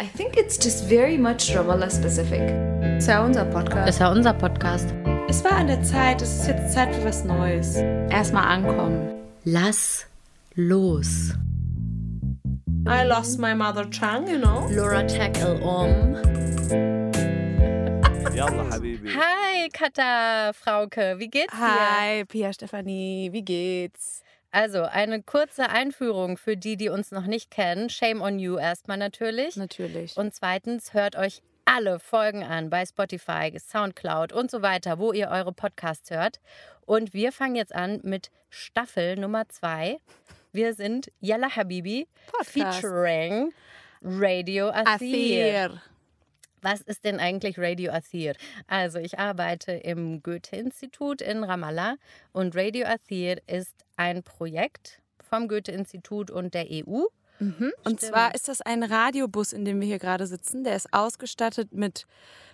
I think it's just very much Ramallah specific. Ist ja unser Podcast. Ist ja unser Podcast. Es war an der Zeit, es ist jetzt Zeit für was Neues. Erstmal ankommen. Lass los. I lost my mother tongue, you know. Laura Tackle um. يلا حبيبي Hi, Katha, Frauke, wie geht's dir? Hi, Pia Stefanie, wie geht's? Also, eine kurze Einführung für die, die uns noch nicht kennen. Shame on you erstmal natürlich. Natürlich. Und zweitens, hört euch alle Folgen an bei Spotify, Soundcloud und so weiter, wo ihr eure Podcasts hört. Und wir fangen jetzt an mit Staffel Nummer zwei. Wir sind Yalla Habibi Podcast. featuring Radio Asir. Athir. Was ist denn eigentlich Radio Athir? Also ich arbeite im Goethe-Institut in Ramallah und Radio Athir ist ein Projekt vom Goethe-Institut und der E EU. Und zwar ist das ein Radiobus, in dem wir hier gerade sitzen. Der ist ausgestattet mit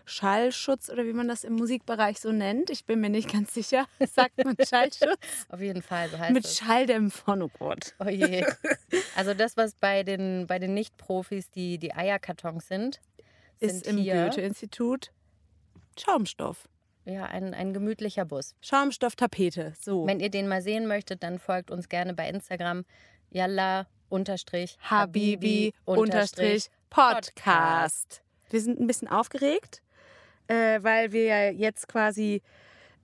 Schallschutz oder wie man das im Musikbereich so nennt. Ich bin mir nicht ganz sicher. Sagt man Schallschutz? Auf jeden Fall, so heißt mit es. Schalldämpfern, oh Gott. Oh je. Also das, was bei den, bei den Nicht-Profis die, die Eierkartons sind, sind Ist im hier Goethe-Institut Schaumstoff. ja, ein, ein gemütlicher Bus. Schaumstofftapete. So. Wenn ihr den mal sehen möchtet, dann folgt uns gerne bei Instagram. Yalla unterstrich Habibi unterstrich Podcast. Wir sind ein bisschen aufgeregt, äh, weil wir ja jetzt quasi,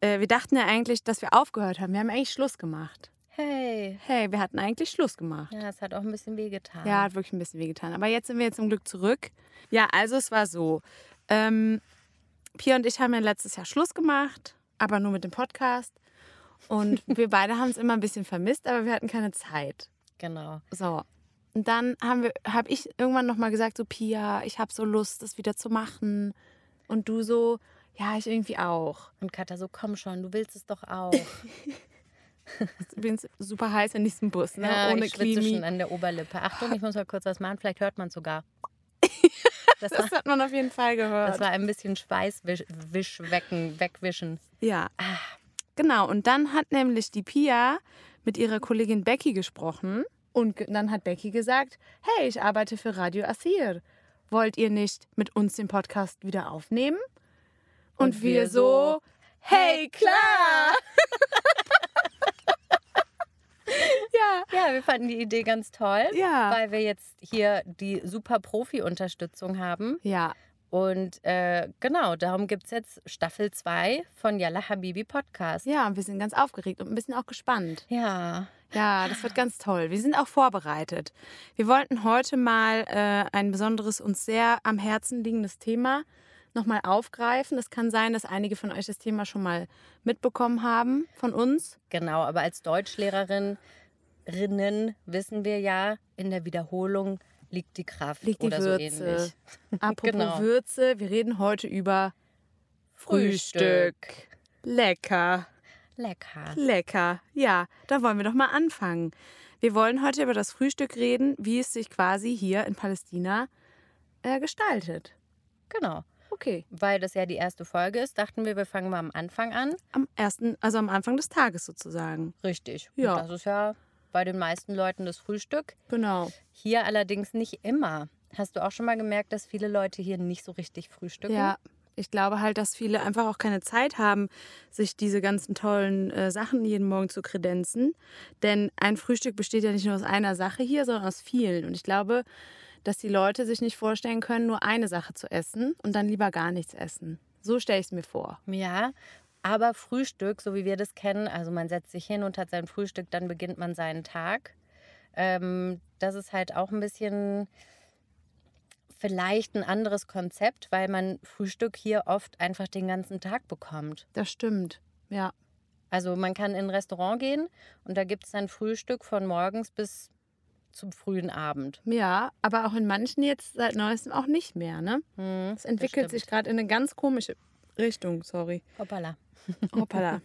äh, wir dachten ja eigentlich, dass wir aufgehört haben. Wir haben eigentlich Schluss gemacht. Hey. Hey, wir hatten eigentlich Schluss gemacht. Ja, es hat auch ein bisschen wehgetan. Ja, hat wirklich ein bisschen wehgetan. Aber jetzt sind wir jetzt zum Glück zurück. Ja, also es war so. Ähm, Pia und ich haben ja letztes Jahr Schluss gemacht, aber nur mit dem Podcast. Und wir beide haben es immer ein bisschen vermisst, aber wir hatten keine Zeit. Genau. So. Und dann habe hab ich irgendwann nochmal gesagt, so Pia, ich habe so Lust, das wieder zu machen. Und du so, ja, ich irgendwie auch. Und Katha so, komm schon, du willst es doch auch. Das ist übrigens super heiß in diesem Bus, ne? Ja, Ohne ich schwitze Klimi. schon an der Oberlippe. Achtung, ich muss mal kurz was machen, vielleicht hört man sogar. Das war, Das hat man auf jeden Fall gehört. das war ein bisschen Schweißwischwecken, wegwischen. Ja. Genau, und dann hat nämlich die Pia mit ihrer Kollegin Becky gesprochen. Und ge- dann hat Becky gesagt, hey, ich arbeite für Radio Asir. Wollt ihr nicht mit uns den Podcast wieder aufnehmen? Und, wir, so, hey, klar! ja, Ja, wir fanden die Idee ganz toll, Ja. weil wir jetzt hier die super Profi-Unterstützung haben. ja, Und äh, genau, darum gibt es jetzt Staffel 2 von Yalla Habibi Podcast. ja, und wir sind ganz aufgeregt und ein bisschen auch gespannt. Ja, Ja, das wird ganz toll. Wir sind auch vorbereitet. Wir wollten heute mal äh, ein besonderes, uns sehr am Herzen liegendes Thema nochmal aufgreifen. Es kann sein, dass einige von euch das Thema schon mal mitbekommen haben von uns. genau. Aber als Deutschlehrerinnen wissen wir ja, in der Wiederholung liegt die Kraft Liegt die oder so Würze. ähnlich. Apropos Genau. Würze, wir reden heute über Frühstück. Lecker, Lecker. lecker. Ja, da wollen wir doch mal anfangen. Wir wollen heute über das Frühstück reden, wie es sich quasi hier in Palästina äh, gestaltet. Genau. Okay. Weil das ja die erste Folge ist, dachten wir, wir fangen mal am Anfang an. Am ersten, also am Anfang des Tages sozusagen. Richtig. Ja. Und das ist ja bei den meisten Leuten das Frühstück. Genau. Hier allerdings nicht immer. Hast du auch schon mal gemerkt, dass viele Leute hier nicht so richtig frühstücken? Ja, ich glaube halt, dass viele einfach auch keine Zeit haben, sich diese ganzen tollen äh, Sachen jeden Morgen zu kredenzen. Denn ein Frühstück besteht ja nicht nur aus einer Sache hier, sondern aus vielen. Und ich glaube, dass die Leute sich nicht vorstellen können, nur eine Sache zu essen und dann lieber gar nichts essen. So stelle ich es mir vor. Ja, aber Frühstück, so wie wir das kennen, also man setzt sich hin und hat sein Frühstück, dann beginnt man seinen Tag. Ähm, das ist halt auch ein bisschen vielleicht ein anderes Konzept, weil man Frühstück hier oft einfach den ganzen Tag bekommt. Das stimmt. Ja. Also man kann in ein Restaurant gehen und da gibt es dann Frühstück von morgens bis zum frühen Abend. Ja, aber auch in manchen jetzt seit neuestem auch nicht mehr, ne? Hm, Es entwickelt sich gerade in eine ganz komische Richtung, sorry. Hoppala. Hoppala.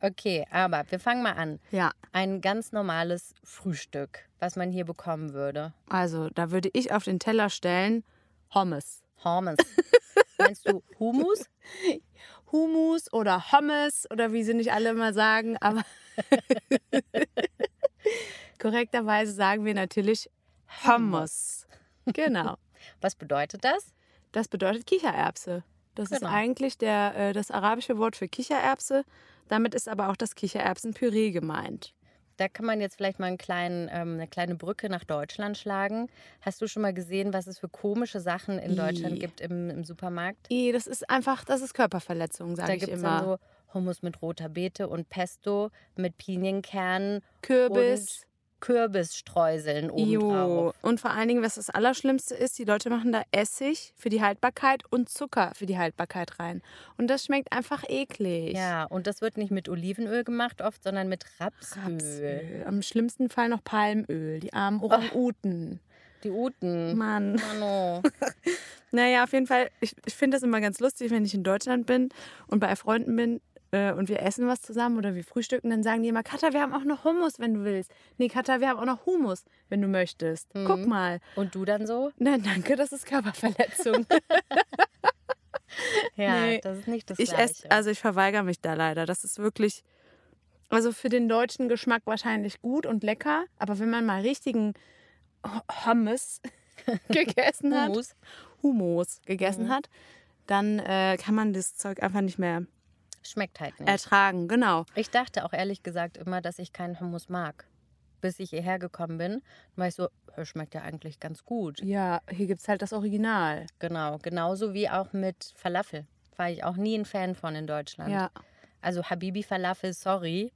Okay, aber wir fangen mal an. ja. Ein ganz normales Frühstück, was man hier bekommen würde. Also, da würde ich auf den Teller stellen Hommes. Hummus. Meinst du Humus? Humus oder Hommes oder wie sie nicht alle immer sagen, aber korrekterweise sagen wir natürlich Hummus. Genau. Was bedeutet das? Das bedeutet Kichererbse. Das ist Genau. eigentlich der, äh, das arabische Wort für Kichererbse. Damit ist aber auch das Kichererbsenpüree gemeint. Da kann man jetzt vielleicht mal einen kleinen, ähm, eine kleine Brücke nach Deutschland schlagen. Hast du schon mal gesehen, was es für komische Sachen in Deutschland Ih. gibt im, im Supermarkt? Ih, das ist einfach, das ist Körperverletzung, sage Da ich gibt es immer. dann so Hummus mit roter Beete und Pesto mit Pinienkernen, Kürbis. Kürbisstreuseln Jo. obendrauf. Und vor allen Dingen, was das Allerschlimmste ist, die Leute machen da Essig für die Haltbarkeit und Zucker für die Haltbarkeit rein. Und das schmeckt einfach eklig. Ja, und das wird nicht mit Olivenöl gemacht oft, sondern mit Rapsöl. Rapsöl. Am schlimmsten Fall noch Palmöl, die armen Orang-Uten. Die Uten. Mann. Mano. Naja, auf jeden Fall, ich, ich finde das immer ganz lustig, wenn ich in Deutschland bin und bei Freunden bin äh, und wir essen was zusammen oder wir frühstücken, dann sagen die immer, Katha, wir haben auch noch Hummus, wenn du willst. Nee, Katha, wir haben auch noch Hummus, wenn du möchtest. Guck mal. Und du dann so? Nein, danke, das ist Körperverletzung. Ja, Nee. das ist nicht das ich Gleiche. esse, also ich verweigere mich da leider. Das ist wirklich, also für den deutschen Geschmack wahrscheinlich gut und lecker, aber wenn man mal richtigen H- Hummus gegessen hat, Hummus. Hummus gegessen hat, dann äh, kann man das Zeug einfach nicht mehr Schmeckt halt nicht. ertragen. Genau. Ich dachte auch ehrlich gesagt immer, dass ich keinen Hummus mag. Bis ich hierher gekommen bin, Dann war ich so, "Äh, schmeckt ja eigentlich ganz gut. Ja, hier gibt es halt das Original. Genau, genauso wie auch mit Falafel. War ich auch nie ein Fan von in Deutschland. Ja. Also Habibi Falafel, sorry.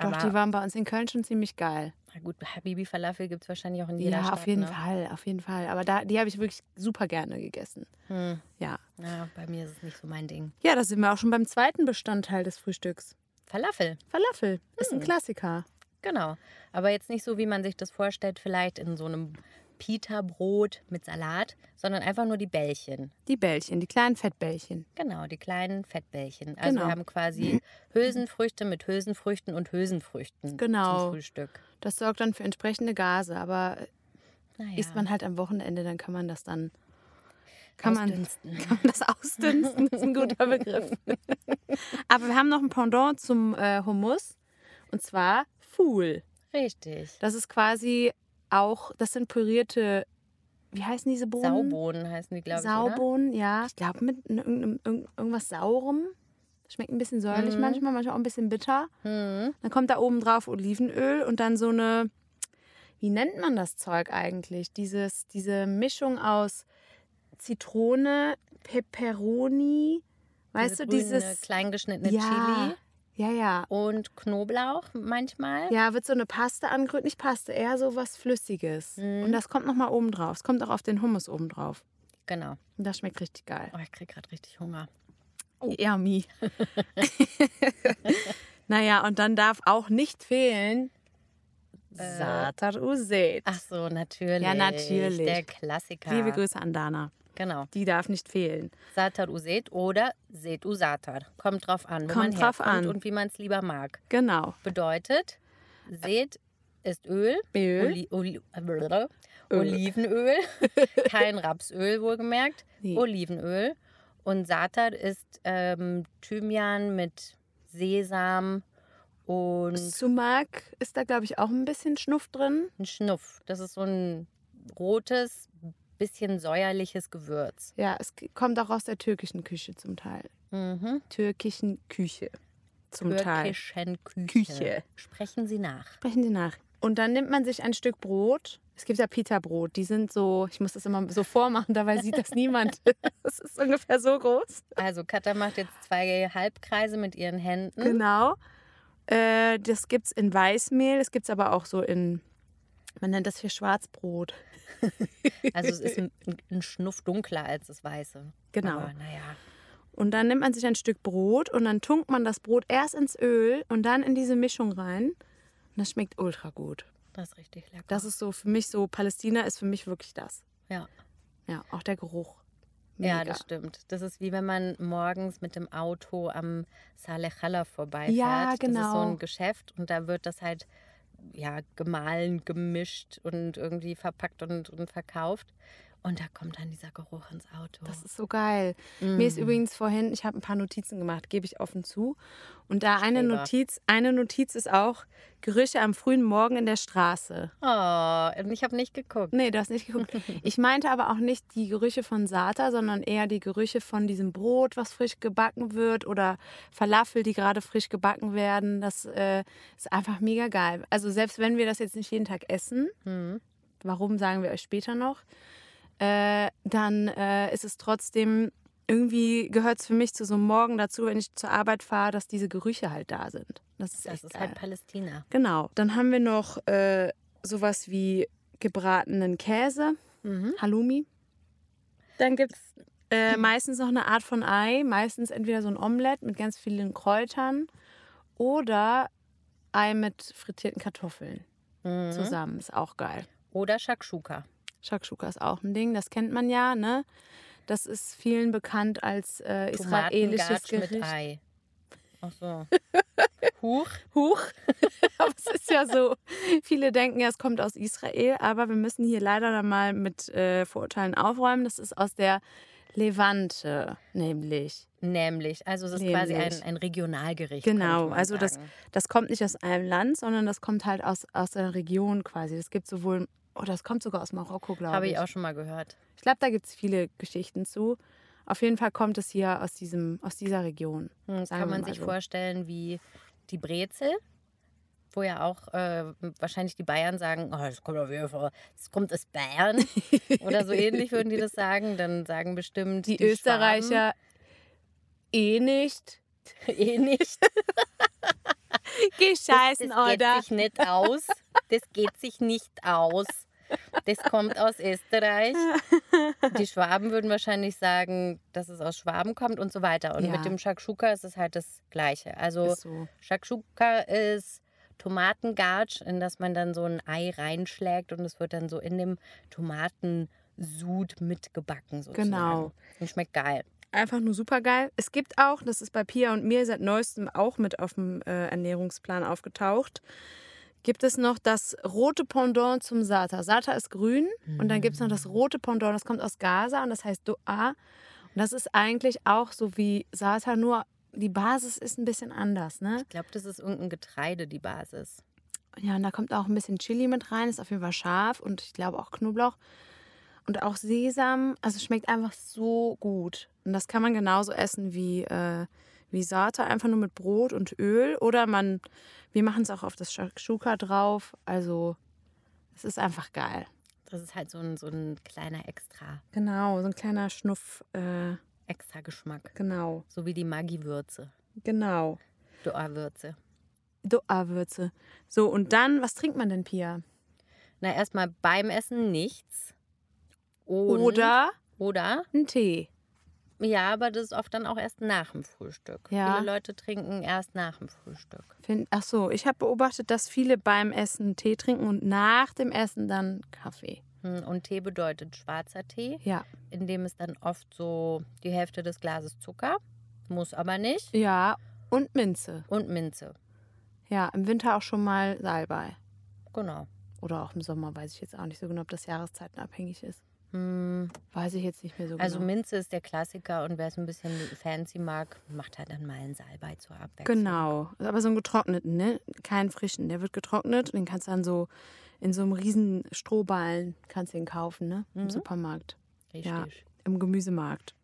Doch, aber die waren bei uns in Köln schon ziemlich geil. na gut, Habibi Falafel gibt es wahrscheinlich auch in jeder Ja, Stadt. auf jeden ne? Fall, auf jeden Fall. Aber da, die habe ich wirklich super gerne gegessen. Hm. Ja. Ja, bei mir ist es nicht so mein Ding. Ja, da sind wir auch schon beim zweiten Bestandteil des Frühstücks. Falafel, Falafel ist ein Klassiker. genau. Aber jetzt nicht so, wie man sich das vorstellt, vielleicht in so einem Pita-Brot mit Salat, sondern einfach nur die Bällchen. Die Bällchen, die kleinen Fettbällchen. Genau, die kleinen Fettbällchen. Also Genau. wir haben quasi Hülsenfrüchte mit Hülsenfrüchten und Hülsenfrüchten Genau. zum Frühstück. Das sorgt dann für entsprechende Gase, aber Naja, isst man halt am Wochenende, dann kann man das dann kann man, Ausdünsten. kann man das ausdünsten, ist ein guter Begriff. aber wir haben noch ein Pendant zum äh, Hummus und zwar Foul. richtig. Das ist quasi auch, das sind pürierte, wie heißen diese Bohnen? Saubohnen heißen die, glaube ich, oder? Saubohnen, ja. Ich glaube mit irgendeinem, irgend- irgendwas saurem. Schmeckt ein bisschen säuerlich Mhm. manchmal, manchmal auch ein bisschen bitter. Hm. Dann kommt da oben drauf Olivenöl und dann so eine, wie nennt man das Zeug eigentlich? Dieses, diese Mischung aus Zitrone, Peperoni, weißt Diese du, grüne, dieses kleingeschnittene ja, Chili Ja, ja. und Knoblauch manchmal. Ja, wird so eine Paste angerührt, nicht Paste, eher so was Flüssiges. Mhm. Und das kommt nochmal oben drauf. Es kommt auch auf den Hummus oben drauf. Genau. Und das schmeckt richtig geil. Oh, ich kriege gerade richtig Hunger. Oh. Yummy. naja, und dann darf auch nicht fehlen Äh, Satar Uzet. Ach so, natürlich. Ja, natürlich. Der Klassiker. Liebe Grüße an Dana. Genau. Die darf nicht fehlen. Satar Uset oder Set Usatar. Kommt drauf an, wo Kommt man drauf herkommt an. und wie man es lieber mag. Genau. Bedeutet, Set ist Öl, Öl. Oli Oli blablabla. Olivenöl, kein Rapsöl wohlgemerkt, Nee. Olivenöl. Und Satar ist ähm, Thymian mit Sesam und Sumak ist da, glaube ich, auch ein bisschen Schnuff drin. ein Schnuff. Das ist so ein rotes, bisschen säuerliches Gewürz. Ja, es k- kommt auch aus der türkischen Küche zum Teil. Mhm. Türkischen Küche zum Teil. Türkischen Küche. Küche. Sprechen Sie nach. Sprechen Sie nach. Und dann nimmt man sich ein Stück Brot. Es gibt ja Pita-Brot. Die sind so, ich muss das immer so vormachen, dabei sieht das niemand. Das ist ungefähr so groß. Also Katha macht jetzt zwei Halbkreise mit ihren Händen. Genau. Äh, das gibt es in Weißmehl, das gibt es aber auch so in, man nennt das hier Schwarzbrot. Also es ist ein, ein Schnuff dunkler als das Weiße. Genau. Aber naja, Und dann nimmt man sich ein Stück Brot und dann tunkt man das Brot erst ins Öl und dann in diese Mischung rein. Und das schmeckt ultra gut. das ist richtig lecker. Das ist so für mich so, Palästina ist für mich wirklich das. ja. Ja, auch der Geruch. ja, das stimmt. Das ist wie wenn man morgens mit dem Auto am Saleh Khala vorbeifährt. Das Ja, ist so genau. ein Geschäft und da wird das halt ja, gemahlen, gemischt und irgendwie verpackt und, und verkauft. Und da kommt dann dieser Geruch ins Auto. Das ist so geil. Mir Mhm. ist übrigens vorhin, ich habe ein paar Notizen gemacht, gebe ich offen zu. Und da eine Streber. Notiz, eine Notiz ist auch Gerüche am frühen Morgen in der Straße. oh, und ich habe nicht geguckt. Nee, du hast nicht geguckt. Ich meinte aber auch nicht die Gerüche von Sata, sondern eher die Gerüche von diesem Brot, was frisch gebacken wird oder Falafel, die gerade frisch gebacken werden. Das äh, ist einfach mega geil. Also selbst wenn wir das jetzt nicht jeden Tag essen, Hm. warum sagen wir euch später noch, äh, dann äh, ist es trotzdem, irgendwie gehört es für mich zu so einem Morgen dazu, wenn ich zur Arbeit fahre, dass diese Gerüche halt da sind. Das ist Das echt ist geil. halt Palästina. genau. Dann haben wir noch äh, sowas wie gebratenen Käse. Mhm. Halloumi. Dann gibt es äh, meistens noch eine Art von Ei, meistens entweder so ein Omelett mit ganz vielen Kräutern oder Ei mit frittierten Kartoffeln Mhm. zusammen. Ist auch geil. Oder Shakshuka. Shakshuka ist auch ein Ding, das kennt man ja, ne? Das ist vielen bekannt als äh, israelisches Tomatengatsch mit Gericht. Ei. Ach so. Huch. Huch. aber es ist ja so, viele denken ja, es kommt aus Israel, aber wir müssen hier leider dann mal mit äh, Vorurteilen aufräumen. Das ist aus der Levante, nämlich. Nämlich, also es ist quasi ein, Nämlich. ein Regionalgericht. Genau, könnte man also das- sagen. Das kommt nicht aus einem Land, sondern das kommt halt aus, aus einer Region quasi. Das gibt sowohl, oder das kommt sogar aus Marokko, glaube habe ich. ich auch schon mal gehört. Ich glaube, da gibt es viele Geschichten zu. Auf jeden Fall kommt es hier aus, diesem, aus dieser Region. Hm, Sagen Kann wir man mal sich so. vorstellen wie die Brezel, wo ja auch äh, wahrscheinlich die Bayern sagen, oh, das kommt auf jeden Fall, das kommt aus Bayern. Oder so ähnlich würden die das sagen. Dann sagen bestimmt Die, die, Österreicher eh nicht. Schwaben eh nicht. Geh scheißen, Das geht oder? sich nicht aus. Das geht sich nicht aus. Das kommt aus Österreich. Die Schwaben würden wahrscheinlich sagen, dass es aus Schwaben kommt und so weiter. Und Ja. mit dem Shakshuka ist es halt das Gleiche. Also Ist so. Shakshuka ist Tomatengatsch, in das man dann so ein Ei reinschlägt und es wird dann so in dem Tomatensud mitgebacken sozusagen. Genau. Und schmeckt geil. einfach nur super geil. Es gibt auch, das ist bei Pia und mir seit neuestem auch mit auf dem äh, Ernährungsplan aufgetaucht, gibt es noch das rote Pendant zum Sata. Sata ist grün und dann gibt es noch das rote Pendant, das kommt aus Gaza und das heißt Doa. Und das ist eigentlich auch so wie Sata, nur die Basis ist ein bisschen anders, ne? Ich glaube, das ist irgendein Getreide, die Basis. Ja, und da kommt auch ein bisschen Chili mit rein, ist auf jeden Fall scharf und ich glaube auch Knoblauch und auch Sesam. Also schmeckt einfach so gut. Und das kann man genauso essen wie, äh, wie Sata, einfach nur mit Brot und Öl. Oder man, wir machen es auch auf das Shakshuka drauf. Also es ist einfach geil. Das ist halt so ein, so ein kleiner extra, Genau, so ein kleiner Schnuff. Äh, extra Geschmack. genau, So wie die Maggi-Würze. genau. Doa-Würze. Doa-Würze. So, und dann, was trinkt man denn, Pia? Na, erstmal beim Essen nichts. Und- Oder Oder? ein Tee. Ja, aber das ist oft dann auch erst nach dem Frühstück. Ja. Viele Leute trinken erst nach dem Frühstück. Find, ach so, ich habe beobachtet, dass viele beim Essen Tee trinken und nach dem Essen dann Kaffee. Hm, Und Tee bedeutet schwarzer Tee, Ja. in dem ist dann oft so die Hälfte des Glases Zucker, muss aber nicht, Ja, und Minze. und Minze. Ja, im Winter auch schon mal Salbei. Genau. Oder auch im Sommer, weiß ich jetzt auch nicht so genau, ob das jahreszeitenabhängig ist. Hm, Weiß ich jetzt nicht mehr so genau. Also Minze ist der Klassiker und wer es ein bisschen fancy mag, macht halt dann mal einen Salbei zur Abwechslung. Genau, aber so einen getrockneten, ne? Keinen frischen. Der wird getrocknet und den kannst du dann so in so einem riesen Strohballen kannst du den kaufen, ne? Im Mhm. Supermarkt. Ja. Richtig. im Gemüsemarkt.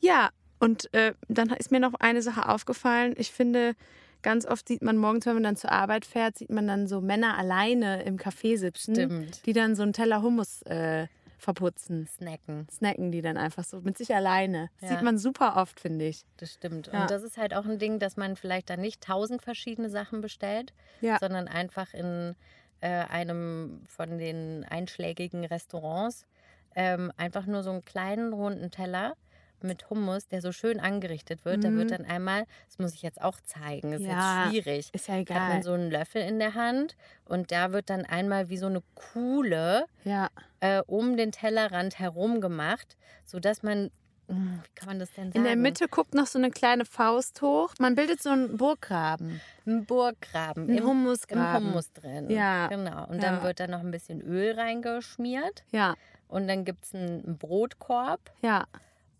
Ja, und äh, dann ist mir noch eine Sache aufgefallen. Ich finde, ganz oft sieht man morgens, wenn man dann zur Arbeit fährt, sieht man dann so Männer alleine im Café sitzen, Stimmt. die dann so einen Teller Hummus äh, verputzen. Snacken, Snacken die dann einfach so mit sich alleine. Das Ja. sieht man super oft, finde ich. das stimmt. Ja. Und das ist halt auch ein Ding, dass man vielleicht dann nicht tausend verschiedene Sachen bestellt, Ja. sondern einfach in äh, einem von den einschlägigen Restaurants ähm, einfach nur so einen kleinen runden Teller mit Hummus, der so schön angerichtet wird. Da Mhm. wird dann einmal, das muss ich jetzt auch zeigen, ist Ja, jetzt schwierig. Ist ja Da hat man egal. so einen Löffel in der Hand und da wird dann einmal wie so eine Kuhle ja. äh, um den Tellerrand herum gemacht, sodass man, Hm, wie kann man das denn sagen? In der Mitte guckt noch so eine kleine Faust hoch. Man bildet so einen Burggraben. Ein Burggraben. Einen im- Im Hummusgraben. Hummus drin. Ja, Genau. Und dann ja. wird da noch ein bisschen Öl reingeschmiert. Ja, und dann gibt es einen Brotkorb Ja,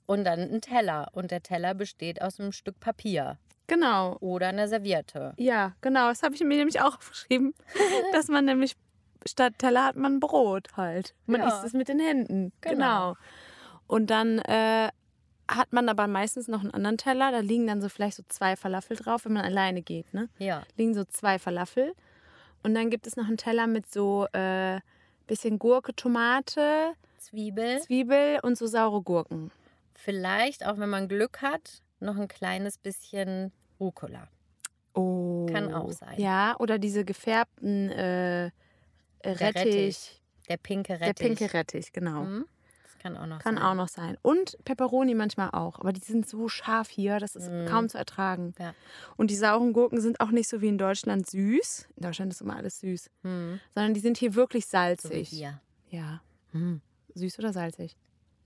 und dann einen Teller. Und der Teller besteht aus einem Stück Papier genau. oder einer Serviette. Ja, genau. Das habe ich mir nämlich auch aufgeschrieben, dass man nämlich statt Teller hat man Brot halt. Man Ja. isst es mit den Händen. Genau. Genau. Und dann äh, hat man aber meistens noch einen anderen Teller. Da liegen dann so vielleicht so zwei Falafel drauf, wenn man alleine geht. Ne? Ja. Liegen so zwei Falafel. Und dann gibt es noch einen Teller mit so äh, bisschen Gurke, Tomate, Zwiebel. Zwiebel und so saure Gurken. Vielleicht, auch wenn man Glück hat, noch ein kleines bisschen Rucola. Oh. Kann auch sein. Ja, oder diese gefärbten äh, Rettich, Rettich. Der pinke Rettich. Der pinke Rettich, genau. Mhm. Das kann auch noch Kann sein. auch noch sein. Und Peperoni manchmal auch. Aber die sind so scharf hier, das ist Mhm. kaum zu ertragen. Ja. Und die sauren Gurken sind auch nicht so wie in Deutschland süß. In Deutschland ist immer alles süß. Mhm. Sondern die sind hier wirklich So wie salzig. hier. Ja. Mhm. Süß oder salzig?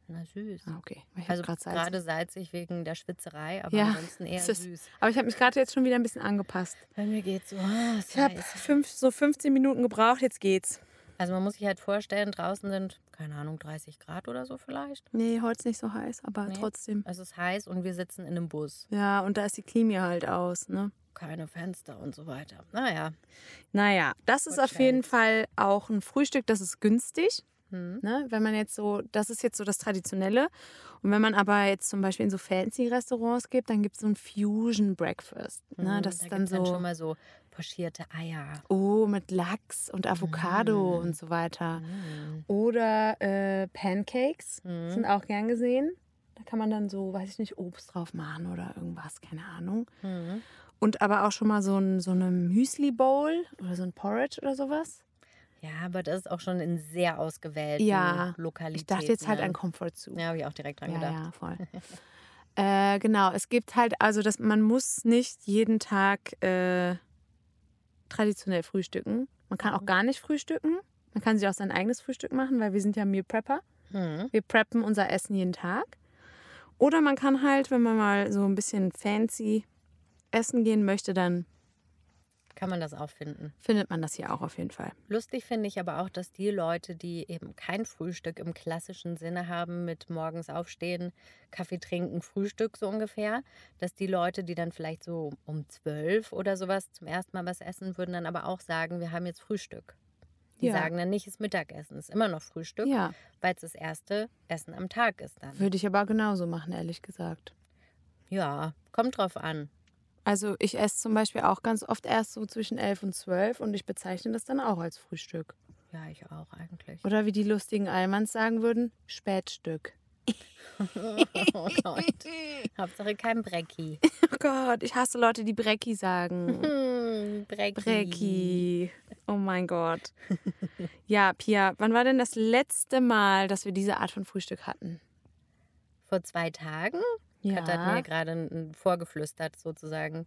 Na süß. Ah, okay. Ich hab Also grad salzig. gerade salzig wegen der Schwitzerei, aber Ja, ansonsten eher es ist- süß. Aber ich habe mich gerade jetzt schon wieder ein bisschen angepasst. Bei mir geht's so. ah, es Ich habe heiß. so 15 Minuten gebraucht, jetzt geht's. Also man muss sich halt vorstellen, draußen sind, keine Ahnung, 30 Grad oder so vielleicht. Nee, heute ist nicht so heiß, aber Nee. trotzdem. Es ist heiß und wir sitzen in einem Bus. Ja, und da ist die Klimi halt aus, ne? Keine Fenster und so weiter. Naja. Naja, das ist auf Hotel. jeden Fall auch ein Frühstück, das ist günstig. Hm. Ne? Wenn man jetzt so, das ist jetzt so das Traditionelle. Und wenn man aber jetzt zum Beispiel in so fancy Restaurants geht, dann gibt es so ein Fusion Breakfast. Ne? Mhm, Das da ist dann gibt's dann so, schon mal so pochierte Eier. oh, mit Lachs und Avocado Mm. und so weiter. Mhm. Oder äh, Pancakes Mhm. sind auch gern gesehen. Da kann man dann so, weiß ich nicht, Obst drauf machen oder irgendwas, keine Ahnung. Mhm. Und aber auch schon mal so, ein, so eine Müsli-Bowl oder so ein Porridge oder sowas. Ja, aber das ist auch schon in sehr ausgewählten Ja, Lokalitäten. Ich dachte jetzt halt ne? an Comfort zu. Ja, habe ich auch direkt dran ja, gedacht. ja, voll. äh, genau, es gibt halt, also dass man muss nicht jeden Tag äh, traditionell frühstücken. Man kann Mhm. auch gar nicht frühstücken. Man kann sich auch sein eigenes Frühstück machen, weil wir sind ja Meal Prepper. Mhm. Wir preppen unser Essen jeden Tag. Oder man kann halt, wenn man mal so ein bisschen fancy essen gehen möchte, dann Kann man das auch finden. findet man das hier auch auf jeden Fall. Lustig finde ich aber auch, dass die Leute, die eben kein Frühstück im klassischen Sinne haben, mit morgens aufstehen, Kaffee trinken, Frühstück so ungefähr, dass die Leute, die dann vielleicht so um zwölf oder sowas zum ersten Mal was essen, würden dann aber auch sagen, wir haben jetzt Frühstück. Die Ja. sagen dann nicht, es ist Mittagessen, es ist immer noch Frühstück, Ja, weil es das erste Essen am Tag ist dann. würde ich aber genauso machen, ehrlich gesagt. Ja, kommt drauf an. Also ich esse zum Beispiel auch ganz oft erst so zwischen 11 und 12 und ich bezeichne das dann auch als Frühstück. Ja, ich auch eigentlich. Oder wie die lustigen Allmanns sagen würden, Spätstück. Oh Gott. Hauptsache kein Brecki. Oh Gott, ich hasse Leute, die Brecki sagen. Hm, Brecki. Brecki. Oh mein Gott. Ja, Pia, wann war denn das letzte Mal, dass wir diese Art von Frühstück hatten? Vor zwei Tagen Kat hat mir gerade n- n- vorgeflüstert sozusagen.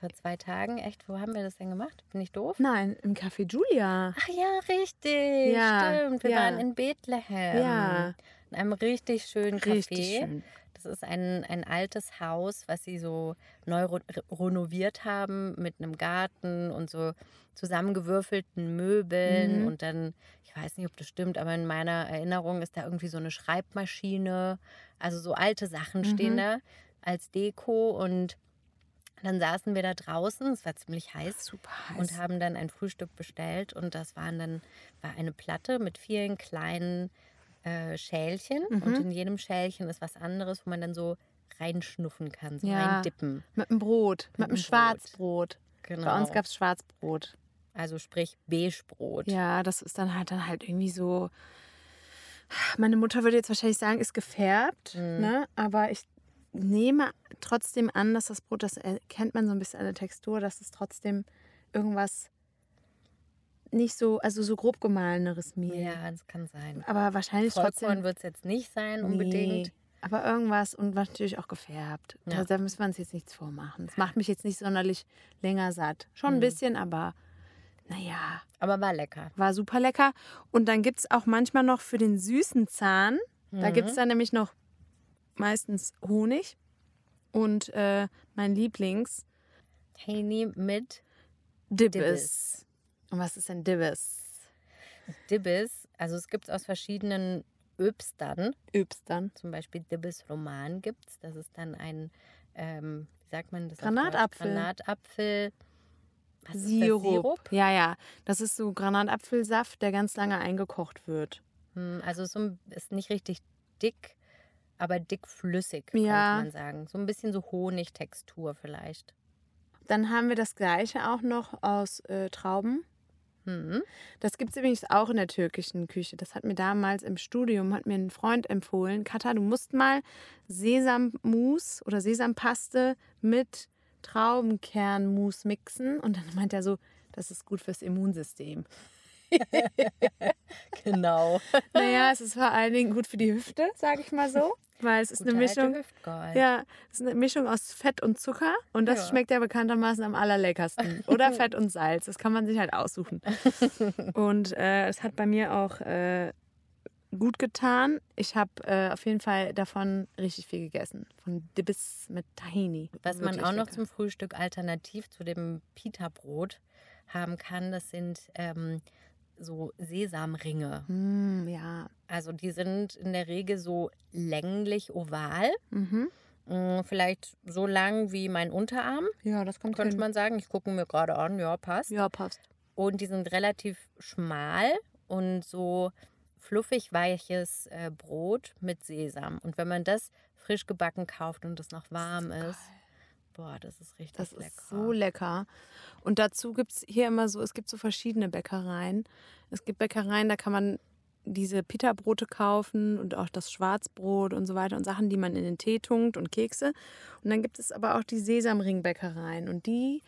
Vor zwei Tagen, echt, wo haben wir das denn gemacht? Bin ich doof? Nein, im Café Julia. Ach ja, richtig. Ja, stimmt. Wir ja. waren in Ähm, Bethlehem. Ja. In einem richtig schönen Café. Richtig schön. Das ist ein, ein altes Haus, was sie so neu ro- re- renoviert haben mit einem Garten und so zusammengewürfelten Möbeln. Mhm. Und dann, ich weiß nicht, ob das stimmt, aber in meiner Erinnerung ist da irgendwie so eine Schreibmaschine. Also so alte Sachen stehen Mhm. da als Deko. Und dann saßen wir da draußen, es war ziemlich heiß Super heiß. und haben dann ein Frühstück bestellt und das waren dann war eine Platte mit vielen kleinen äh, Schälchen und Mhm. in jedem Schälchen ist was anderes, wo man dann so reinschnuffen kann, so Ja. reindippen. mit einem Brot, mit, Mit einem einem Schwarzbrot. Genau. Bei uns gab es Schwarzbrot. also sprich Beigebrot. Ja, das ist dann halt dann halt irgendwie so. Meine Mutter würde jetzt wahrscheinlich sagen, ist gefärbt, Mhm. ne? Aber ich nehme trotzdem an, dass das Brot, das erkennt man so ein bisschen an der Textur, dass es trotzdem irgendwas nicht so, also so grob gemahleneres Mehl. Ja, das kann sein. Aber wahrscheinlich Vollkorn trotzdem wird es jetzt nicht sein unbedingt. Nee, aber irgendwas und natürlich auch gefärbt. Ja. Also da müssen wir uns jetzt nichts vormachen. Das macht mich jetzt nicht sonderlich länger satt. Schon Mhm. ein bisschen, aber naja. Aber war lecker. War super lecker. Und dann gibt es auch manchmal noch für den süßen Zahn, Mhm. da gibt es dann nämlich noch meistens Honig und äh, mein Lieblings, Haney mit Dibbes. Dibbes. Und was ist denn Dibbes? Dibbes Also es gibt es aus verschiedenen Öbstern. Übst dann. Zum Beispiel Dibbes Roman gibt es. Das ist dann ein, ähm, wie sagt man das? auf Granatapfel. Deutsch? Granatapfel. Was ist das? Sirup. Ja, ja. Das ist so Granatapfelsaft, der ganz lange eingekocht wird. Hm, Also so ein, ist nicht richtig dick, aber dickflüssig, Ja. könnte man sagen. So ein bisschen so Honigtextur vielleicht. Dann haben wir das gleiche auch noch aus äh, Trauben. Hm. Das gibt es übrigens auch in der türkischen Küche. Das hat mir damals im Studium, hat mir ein Freund empfohlen. Katha, du musst mal Sesammus oder Sesampaste mit Traubenkernmus mixen. Und dann meint er so, das ist gut fürs Immunsystem. Genau. Naja, es ist vor allen Dingen gut für die Hüfte, sage ich mal so. Weil es ist eine Gute alte Mischung. Hüftgold. Ja, es ist eine Mischung aus Fett und Zucker und das Halt. Ja. schmeckt ja bekanntermaßen am allerleckersten. Oder Fett und Salz, das kann man sich halt aussuchen. Und äh, es hat bei mir auch äh, gut getan. Ich habe äh, auf jeden Fall davon richtig viel gegessen. Von Dibbis mit Tahini. Was man Wirklich auch noch lecker. zum Frühstück alternativ zu dem Pita-Brot haben kann, das sind ähm, so Sesamringe. Mm, ja. Also die sind in der Regel so länglich oval, Mhm. Mm, vielleicht so lang wie mein Unterarm, Ja, das kommt könnte hin. man sagen. Ich gucke ihn mir gerade an, ja, passt. Ja, passt. Und die sind relativ schmal und so fluffig weiches äh, Brot mit Sesam. Und wenn man das frisch gebacken kauft und es noch warm geil. ist, boah, das ist richtig Das lecker. ist so lecker. Und dazu gibt es hier immer so, es gibt so verschiedene Bäckereien. Es gibt Bäckereien, da kann man diese Pita-Brote kaufen und auch das Schwarzbrot und so weiter und Sachen, die man in den Tee tunkt und Kekse. Und dann gibt es aber auch die Sesamring-Bäckereien und die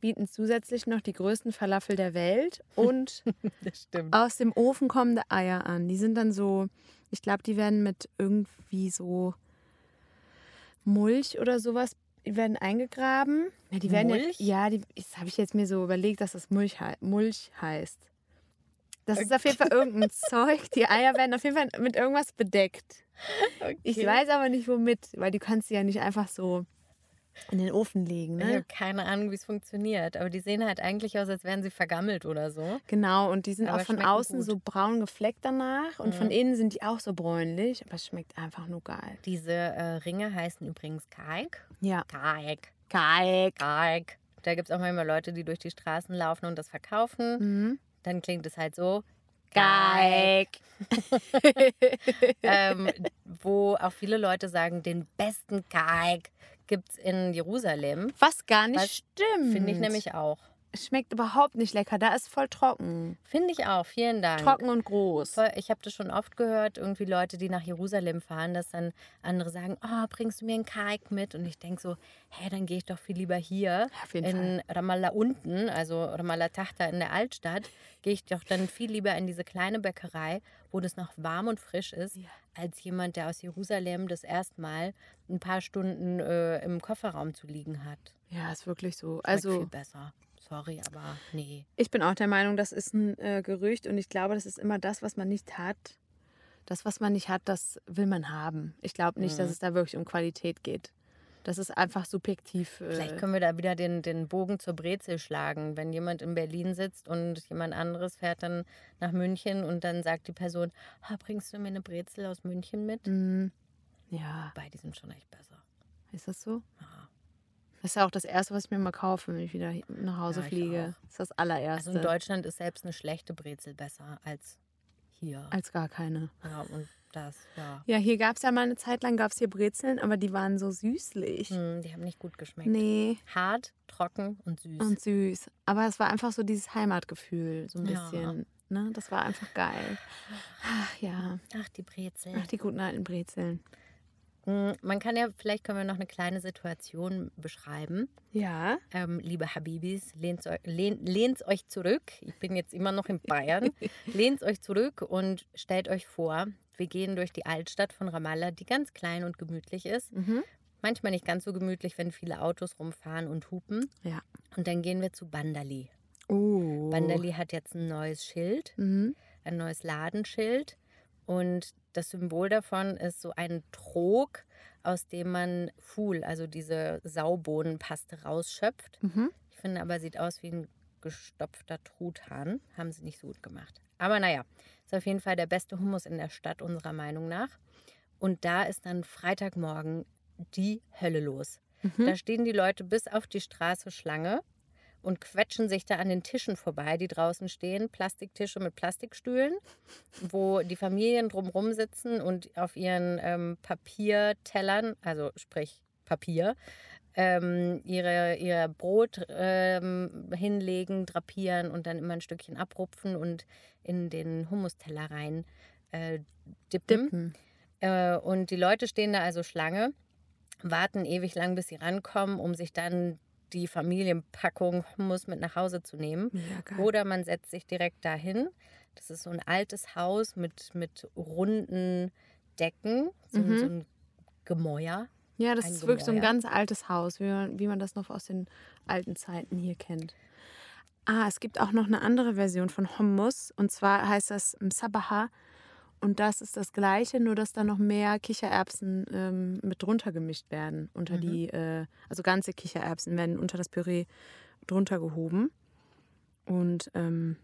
bieten zusätzlich noch die größten Falafel der Welt und das stimmt. aus dem Ofen kommende Eier an. Die sind dann so, ich glaube, die werden mit irgendwie so Mulch oder sowas, die werden eingegraben. Ja, die werden Mulch? Ja, ja die, das habe ich jetzt mir so überlegt, dass das Mulch, hei- Mulch heißt. Das ist auf jeden Fall irgendein Zeug. Die Eier werden auf jeden Fall mit irgendwas bedeckt. Ich weiß aber nicht womit, weil du kannst sie ja nicht einfach so in den Ofen legen. Ich Ne? habe keine Ahnung, wie es funktioniert, aber die sehen halt eigentlich aus, als wären sie vergammelt oder so. Genau, und die sind Aber auch von schmecken außen gut. so braun gefleckt danach und von Mhm. innen sind die auch so bräunlich, aber es schmeckt einfach nur geil. Diese äh, Ringe heißen übrigens Kalk. Ja. Kalk, Geil. Kalk. Da gibt es auch manchmal Leute, die durch die Straßen laufen und das verkaufen. Mhm. Dann klingt es halt so. Geil. ähm, wo auch viele Leute sagen, den besten Kalk gibt es in Jerusalem. Was gar nicht Was stimmt. Finde ich nämlich auch. Es Schmeckt überhaupt nicht lecker. Da ist voll trocken. Finde ich auch. Vielen Dank. Trocken und groß. Voll, ich habe das schon oft gehört, irgendwie Leute, die nach Jerusalem fahren, dass dann andere sagen, oh, bringst du mir einen Kalk mit? Und ich denke so, hä, dann gehe ich doch viel lieber hier Auf jeden in Ramallah unten, also Ramallah Tachta in der Altstadt, gehe ich doch dann viel lieber in diese kleine Bäckerei, wo das noch warm und frisch ist, Ja. als jemand, der aus Jerusalem das erstmal ein paar Stunden äh, im Kofferraum zu liegen hat. Ja, ist wirklich so. Schmeckt Also, viel besser. Sorry, aber nee. ich bin auch der Meinung, das ist ein äh, Gerücht und ich glaube, das ist immer das, was man nicht hat. Das, was man nicht hat, das will man haben. Ich glaube nicht, dass Mhm. es da wirklich um Qualität geht. Das ist einfach subjektiv. äh, Vielleicht können wir da wieder den, den Bogen zur Brezel schlagen. Wenn jemand in Berlin sitzt und jemand anderes fährt dann nach München und dann sagt die Person, ah, bringst du mir eine Brezel aus München mit? Mm, Ja, Wobei, die sind schon echt besser. ist das so? Ja. Das ist ja auch das Erste, was ich mir mal kaufe, wenn ich wieder nach Hause Ja, ich fliege. Das ist das allererste. Also in Deutschland ist selbst eine schlechte Brezel besser als hier. Als gar keine. Ja, und das, ja. Ja, hier gab es ja mal eine Zeit lang gab's hier Brezeln, aber die waren so süßlich. Hm, die haben nicht gut geschmeckt. Nee, Hart, trocken und süß. und süß. Aber es war einfach so dieses Heimatgefühl, so ein Ja. bisschen. Ne? Das war einfach geil. Ach ja, Ach, die Brezel. ach die guten alten Brezeln. Hm, Man kann ja, vielleicht können wir noch eine kleine Situation beschreiben. Ja. Ähm, liebe Habibis, lehnt euch, lehnt, lehnt's euch zurück. Ich bin jetzt immer noch in Bayern. lehnt euch zurück und stellt euch vor, wir gehen durch die Altstadt von Ramallah, die ganz klein und gemütlich ist. Mhm. Manchmal nicht ganz so gemütlich, wenn viele Autos rumfahren und hupen. Ja. Und dann gehen wir zu Bandali. Oh. Bandali hat jetzt ein neues Schild, Mhm. ein neues Ladenschild. Und das Symbol davon ist so ein Trog, aus dem man Fuhl, also diese Saubohnenpaste, rausschöpft. Mhm. Ich finde aber, sieht aus wie ein gestopfter Truthahn. Haben sie nicht so gut gemacht. Aber naja, es Ist auf jeden Fall der beste Hummus in der Stadt, unserer Meinung nach. Und da ist dann Freitagmorgen die Hölle los. Mhm. Da stehen die Leute bis auf die Straße Schlange und quetschen sich da an den Tischen vorbei, die draußen stehen. Plastiktische mit Plastikstühlen, wo die Familien drumrum sitzen und auf ihren ähm, Papiertellern, also sprich Papier, ähm, ihre, ihr Brot ähm, hinlegen, drapieren und dann immer ein Stückchen abrupfen und in den Hummusteller rein äh, dippen. Dippen. Äh, und die Leute stehen da also Schlange, warten ewig lang, bis sie rankommen, um sich dann die Familienpackung Hummus mit nach Hause zu nehmen. Mega geil. Oder man setzt sich direkt dahin. Das ist so ein altes Haus mit, mit runden Decken, so, ein- Mhm. so ein Gemäuer. Ja, das ein ist wirklich so ein Gemäuer. ganz altes Haus, wie man, wie man das noch aus den alten Zeiten hier kennt. Ah, es gibt auch noch eine andere Version von Hummus und zwar heißt das ähm, Sabaha und das ist das gleiche, nur dass da noch mehr Kichererbsen ähm, mit drunter gemischt werden unter Mhm. die, äh, also ganze Kichererbsen werden unter das Püree drunter gehoben und ähm,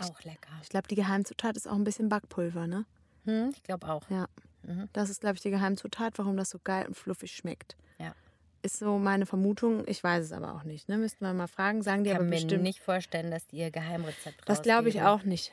Auch lecker. ich glaube die Geheimzutat ist auch ein bisschen Backpulver, ne? Hm, ich glaube auch. Ja. Mhm. Das ist, glaube ich, die Geheimzutat, warum das so geil und fluffig schmeckt. Ja. Ist so meine Vermutung. Ich weiß es aber auch nicht. Ne? Müssten wir mal fragen. Sagen die Ich aber kann mir bestimmt. nicht vorstellen, dass die ihr Geheimrezept das glaube ich rausgeben. auch nicht.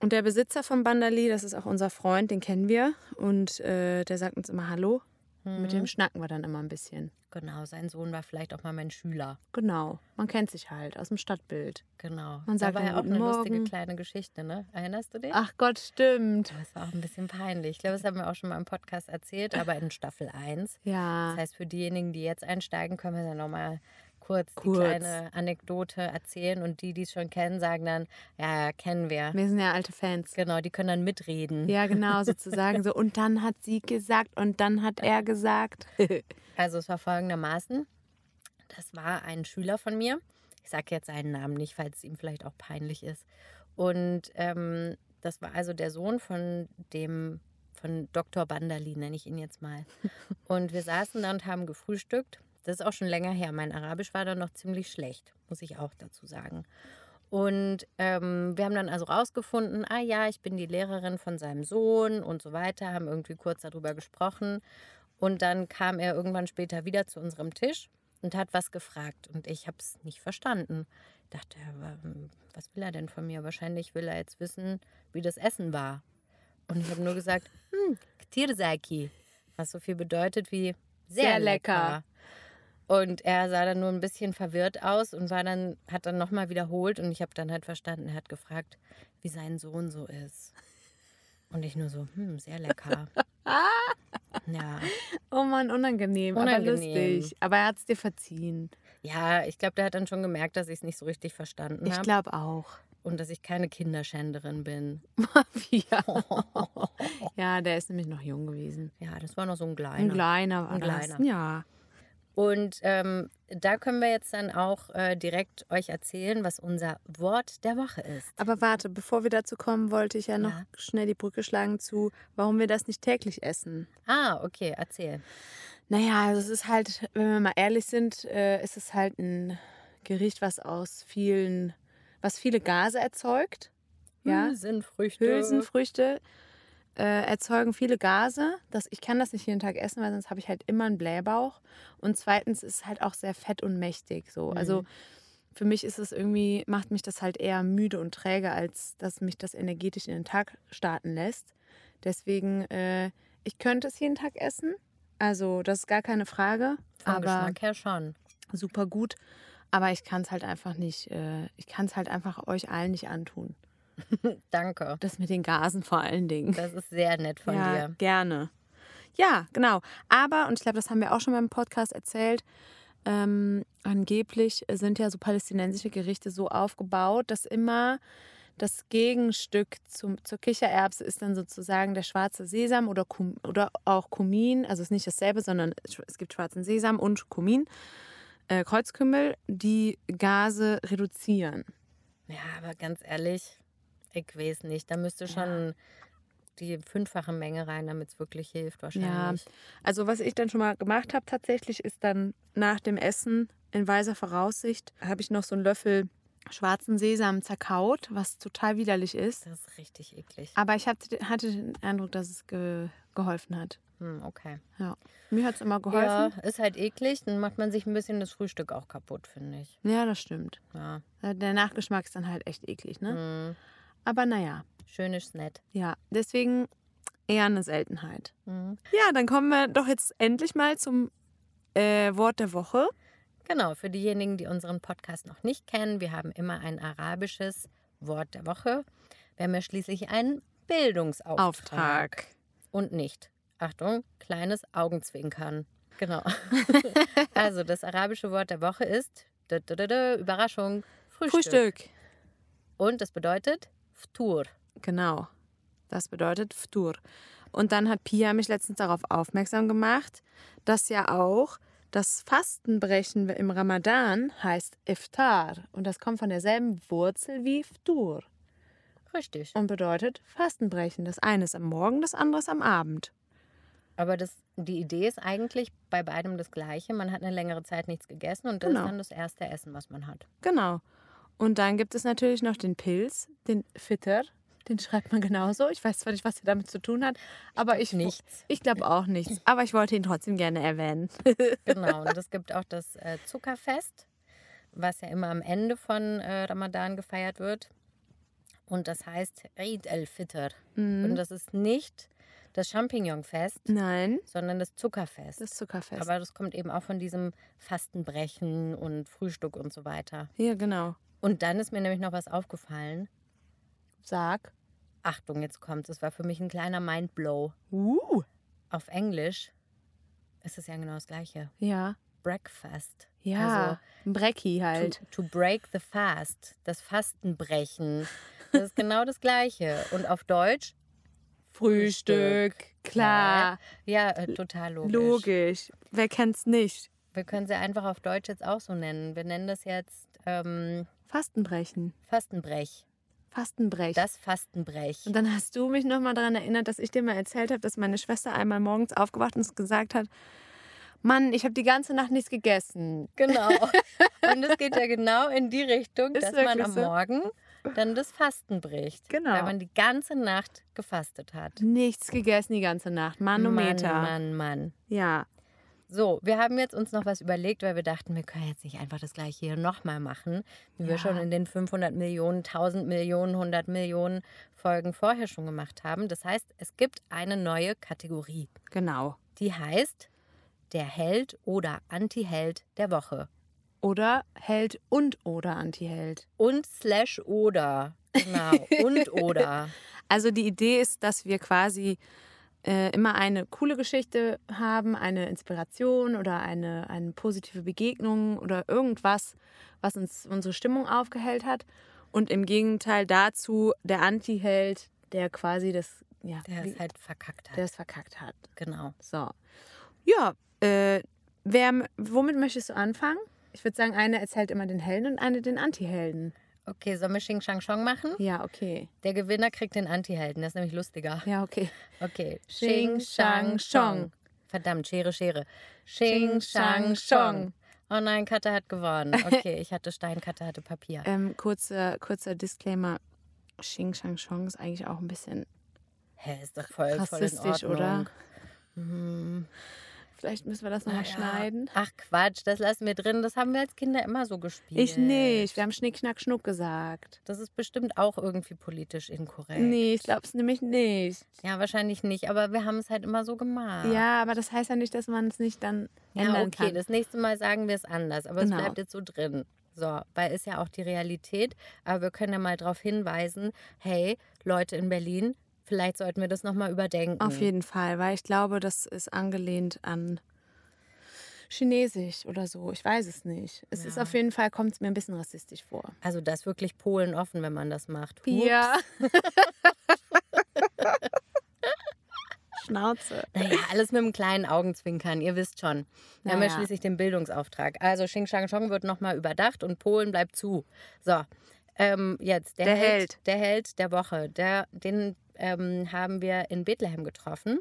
Und der Besitzer von Bandali, das ist auch unser Freund, den kennen wir. Und äh, der sagt uns immer Hallo. Mhm. Mit dem schnacken wir dann immer ein bisschen. Genau, sein Sohn war vielleicht auch mal mein Schüler. Genau. Man kennt sich halt aus dem Stadtbild. Genau. Man sagt da war dann ja auch guten eine lustige Morgen. kleine Geschichte, ne? Erinnerst du dich? Ach Gott, stimmt. Das war auch ein bisschen peinlich. Ich glaube, das haben wir auch schon mal im Podcast erzählt, aber in Staffel 1. Das Ja. heißt, für diejenigen, die jetzt einsteigen, können wir dann nochmal kurz, Kurz. die kleine Anekdote erzählen. Und die, die es schon kennen, sagen dann, ja, ja, kennen wir. Wir sind ja alte Fans. Genau, die können dann mitreden. Ja, genau, sozusagen so. Und dann hat sie gesagt und dann hat er gesagt. Also es war folgendermaßen. Das war ein Schüler von mir. Ich sage jetzt seinen Namen nicht, falls es ihm vielleicht auch peinlich ist. Und ähm, das war also der Sohn von dem, von Dr. Bandali, nenne ich ihn jetzt mal. Und wir saßen da und haben gefrühstückt. Das ist auch schon länger her. Mein Arabisch war da noch ziemlich schlecht, muss ich auch dazu sagen. Und ähm, wir haben dann also rausgefunden, ah ja, ich bin die Lehrerin von seinem Sohn und so weiter, haben irgendwie kurz darüber gesprochen. Und dann kam er irgendwann später wieder zu unserem Tisch und hat was gefragt. Und ich habe es nicht verstanden. Dachte, wa- hm, was will er denn von mir? Wahrscheinlich will er jetzt wissen, wie das Essen war. Und ich habe nur gesagt, hm, Ktirsaki, was so viel bedeutet wie sehr, Sehr lecker. lecker. Und er sah dann nur ein bisschen verwirrt aus und war dann, hat dann nochmal wiederholt und ich habe dann halt verstanden, er hat gefragt, wie sein Sohn so ist. Und ich nur so, hm, sehr lecker. ja. Oh Mann, unangenehm, aber Unangenehm. lustig. Aber er hat es dir verziehen. ja, ich glaube, der hat dann schon gemerkt, dass ich es nicht so richtig verstanden Ich habe glaube auch. und dass ich keine Kinderschänderin bin. ja. Oh. ja, der ist nämlich noch jung gewesen. Ja, das war noch so ein Oh. kleiner. Ein kleiner war Ein das. kleiner. Ja. Und ähm, da können wir jetzt dann auch äh, direkt euch erzählen, was unser Wort der Woche ist. Aber warte, bevor wir dazu kommen, wollte ich ja noch Ja. schnell die Brücke schlagen zu, warum wir das nicht täglich essen. Ah, okay, erzähl. Naja, also es ist halt, wenn wir mal ehrlich sind, äh, ist es halt ein Gericht, was aus vielen, was viele Gase erzeugt. Ja. Hülsenfrüchte. Hülsenfrüchte äh, erzeugen viele Gase. Das, ich kann das nicht jeden Tag essen, weil sonst habe ich halt immer einen Blähbauch. Und zweitens ist es halt auch sehr fett und mächtig. So. Also Mhm. für mich ist es irgendwie, macht mich das halt eher müde und träge, als dass mich das energetisch in den Tag starten lässt. Deswegen, äh, ich könnte es jeden Tag essen. Also das ist gar keine Frage. Vom aber Geschmack her schon. super gut. Aber ich kann es halt einfach nicht, äh, ich kann es halt einfach euch allen nicht antun. Danke. Das mit den Gasen vor allen Dingen. Das ist sehr nett von ja, dir. Gerne. Ja, genau. Aber, und ich glaube, das haben wir auch schon beim Podcast erzählt, ähm, angeblich sind ja so palästinensische Gerichte so aufgebaut, dass immer das Gegenstück zum, zur Kichererbse ist dann sozusagen der schwarze Sesam oder, Kum, oder auch Kumin. Also es ist nicht dasselbe, sondern es- es gibt schwarzen Sesam und Kumin, äh, Kreuzkümmel, die Gase reduzieren. Ja, aber ganz ehrlich, ich weiß nicht. Da müsste schon die fünffache Menge rein, damit es wirklich hilft wahrscheinlich. Also was ich dann schon mal gemacht habe tatsächlich, ist dann nach dem Essen in weiser Voraussicht, habe ich noch so einen Löffel schwarzen Sesam zerkaut, was total widerlich ist. Das ist richtig eklig. Aber ich hatte, hatte den Eindruck, dass es ge geholfen hat. Hm, okay. Ja. Mir hat es immer Ja, geholfen. ist halt eklig. Dann macht man sich ein bisschen das Frühstück auch kaputt, finde ich. Ja. das stimmt. Ja. Äh, Der Nachgeschmack ist dann halt echt eklig, ne? Hm. Aber naja, Schön ist nett. ja. Deswegen eher eine Seltenheit. Hm. Ja, dann kommen wir doch jetzt endlich mal zum äh, Wort der Woche. Genau, für diejenigen, die unseren Podcast noch nicht kennen, wir haben immer ein arabisches Wort der Woche. Wir haben ja schließlich einen Bildungsauftrag. Und nicht. Achtung, kleines Augenzwinkern. Genau. also das arabische Wort der Woche ist dö, dö, dö, dö, Überraschung, Frühstück. Frühstück. Und das bedeutet Ftur. Genau. Das bedeutet Ftur. Und dann hat Pia mich letztens darauf aufmerksam gemacht, dass ja auch das Fastenbrechen im Ramadan heißt Iftar. Und das kommt von derselben Wurzel wie Ftur Richtig. und bedeutet Fastenbrechen. Das eine ist am Morgen, das andere ist am Abend. Aber das, die Idee ist eigentlich bei beidem das Gleiche. Man hat eine längere Zeit nichts gegessen und das Genau. ist dann das erste Essen, was man hat. Genau. Und dann gibt es natürlich noch den Pilz, den Fitter. Den schreibt man genauso. Ich weiß zwar nicht, was er damit zu tun hat, aber ich, nichts. Ich glaube auch nichts. Aber ich wollte ihn trotzdem gerne erwähnen. Genau. Und es gibt auch das äh, Zuckerfest, was ja immer am Ende von äh, Ramadan gefeiert wird. Und das heißt Eid el-Fitr. Hm. Und das ist nicht das Champignonfest, Mhm. Nein, sondern das Zuckerfest. das Zuckerfest. Aber das kommt eben auch von diesem Fastenbrechen und Frühstück und so weiter. ja, genau. Und dann ist mir nämlich noch was aufgefallen. Sag. Achtung, jetzt kommt's. Es war für mich ein kleiner Mindblow. Uh. Auf Englisch ist es ja genau das gleiche. Ja. Breakfast. Ja. Ein Brecki Also halt. to, to break the fast. Das Fastenbrechen. Das ist genau das gleiche. Und auf Deutsch? Frühstück. Klar. Ja, äh, total logisch. Logisch. Wer kennt's nicht? Wir können sie einfach auf Deutsch jetzt auch so nennen. Wir nennen das jetzt ähm, Fastenbrechen. Fastenbrech. Fastenbrechen. Das Fastenbrech. Und dann hast du mich nochmal daran erinnert, dass ich dir mal erzählt habe, dass meine Schwester einmal morgens aufgewacht ist und gesagt hat, Mann, ich habe die ganze Nacht nichts gegessen. Genau. Und es geht ja genau in die Richtung, Ist dass man wirklich am so. Morgen dann das Fasten bricht. Genau. Weil man die ganze Nacht gefastet hat. Nichts gegessen die ganze Nacht. Manometer. Mann, Mann, Mann. Ja. So, wir haben jetzt uns noch was überlegt, weil wir dachten, wir können jetzt nicht einfach das gleiche hier nochmal machen, wie wir Ja. schon in den 500 Millionen, 1000 Millionen, 100 Millionen Folgen vorher schon gemacht haben. Das heißt, es gibt eine neue Kategorie. Genau. Die heißt der Held oder Antiheld der Woche. Oder Held und oder Antiheld. Und slash oder. Genau. Und oder. Also die Idee ist, dass wir quasi äh, immer eine coole Geschichte haben, eine Inspiration oder eine, eine positive Begegnung oder irgendwas, was uns unsere Stimmung aufgehellt hat. Und im Gegenteil dazu der Anti-Held, der quasi das, ja, Der wie- es halt verkackt hat. der es verkackt hat. genau. So. Ja, äh, wer, m- womit möchtest du anfangen? Ich würde sagen, eine erzählt immer den Helden und eine den Anti-Helden. Okay, sollen wir Xing Shang Chong machen? Ja, okay. Der Gewinner kriegt den Antihelden. Das ist nämlich lustiger. Ja, okay. Okay. Xing, Shang, Chong. Verdammt, Schere, Schere. Xing, Xing Shang Shang, Chong. Oh nein, Katze hat gewonnen. Okay, ich hatte Stein, Katze hatte Papier. Ähm, kurzer, kurzer Disclaimer. Xing Shang Chong ist eigentlich auch ein bisschen, Hä, ist doch voll, voll in rassistisch, Ordnung. oder? Hm, vielleicht müssen wir das na nochmal ja. schneiden. Ach Quatsch, das lassen wir drin. Das haben wir als Kinder immer so gespielt. Ich nicht. Wir haben Schnick, Schnack, Schnuck gesagt. Das ist bestimmt auch irgendwie politisch inkorrekt. Nee, ich glaube es nämlich nicht. Ja, wahrscheinlich nicht, aber wir haben es halt immer so gemacht. Ja, aber das heißt ja nicht, dass man es nicht dann Ja, ändern okay, kann. das nächste Mal sagen wir es anders, aber Genau. es bleibt jetzt so drin. So, weil ist ja auch die Realität, aber wir können ja mal darauf hinweisen, hey, Leute in Berlin, vielleicht sollten wir das nochmal überdenken. Auf jeden Fall, weil ich glaube, das ist angelehnt an Chinesisch oder so. Ich weiß es nicht. Es ist Ja. auf jeden Fall, kommt es mir ein bisschen rassistisch vor. Also das ist wirklich Polen offen, wenn man das macht. Hups. Ja. Schnauze. Naja, alles mit einem kleinen Augenzwinkern, ihr wisst schon. Wir haben ja Naja. schließlich den Bildungsauftrag. Also Xing Shang Chong wird nochmal überdacht und Polen bleibt zu. So, ähm, jetzt der, Der Held, Held. Der Held der Woche. Der, den ähm, haben wir in Bethlehem getroffen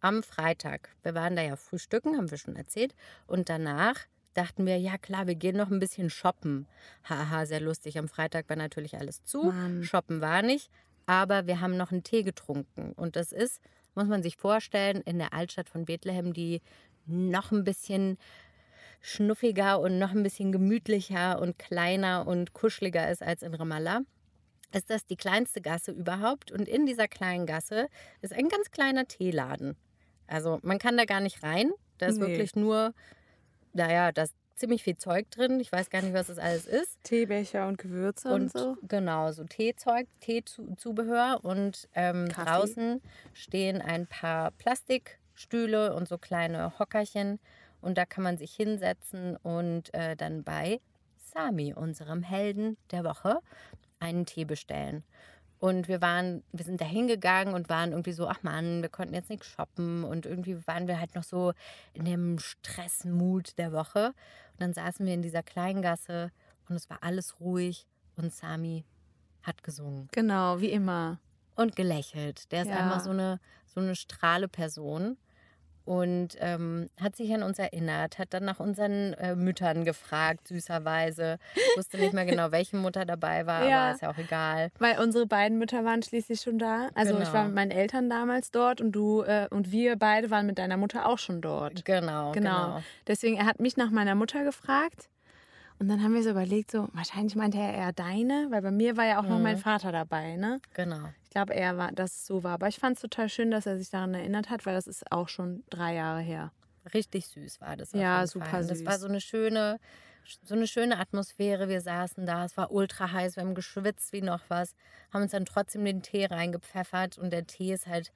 am Freitag. Wir waren da ja frühstücken, haben wir schon erzählt. Und danach dachten wir, ja klar, wir gehen noch ein bisschen shoppen. Haha, sehr lustig. Am Freitag war natürlich alles zu. Mann. Shoppen war nicht. Aber wir haben noch einen Tee getrunken. Und das ist, muss man sich vorstellen, in der Altstadt von Bethlehem, die noch ein bisschen schnuffiger und noch ein bisschen gemütlicher und kleiner und kuscheliger ist als in Ramallah ist das die kleinste Gasse überhaupt. Und in dieser kleinen Gasse ist ein ganz kleiner Teeladen. Also man kann da gar nicht rein. Da ist Nee. wirklich nur, naja, da ist ziemlich viel Zeug drin. Ich weiß gar nicht, was das alles ist. Teebecher und Gewürze und, Und so. genau, so Teezeug, Teezubehör. Und ähm, Kaffee. draußen stehen ein paar Plastikstühle und so kleine Hockerchen. Und da kann man sich hinsetzen und äh, dann bei Sami, unserem Helden der Woche, einen Tee bestellen. Und wir waren, wir sind da hingegangen und waren irgendwie so, ach Mann, wir konnten jetzt nicht shoppen. Und irgendwie waren wir halt noch so in dem Stressmut der Woche. Und dann saßen wir in dieser Kleingasse und es war alles ruhig. Und Sami hat gesungen Genau, wie immer. und gelächelt. Der ist Ja. einfach so eine, so eine strahle Person. Und ähm, hat sich an uns erinnert, hat dann nach unseren äh, Müttern gefragt, süßerweise. Wusste nicht mehr genau, welche Mutter dabei war, Ja. aber ist ja auch egal. Weil unsere beiden Mütter waren schließlich schon da. Also ich Genau. war mit meinen Eltern damals dort und du äh, und wir beide waren mit deiner Mutter auch schon dort. Genau, Genau. genau. Deswegen, er hat mich nach meiner Mutter gefragt. Und dann haben wir so überlegt, so wahrscheinlich meinte er eher deine, weil bei mir war ja auch noch Mhm. mein Vater dabei, ne? genau. Ich glaube, er war, dass es so war. Aber ich fand es total schön, dass er sich daran erinnert hat, weil das ist auch schon drei Jahre her. Richtig süß war das. auf Ja, jeden super Fall. Und Das süß. war so eine schöne, so eine schöne Atmosphäre. Wir saßen da, es war ultra heiß, wir haben geschwitzt wie noch was, haben uns dann trotzdem den Tee reingepfeffert und der Tee ist halt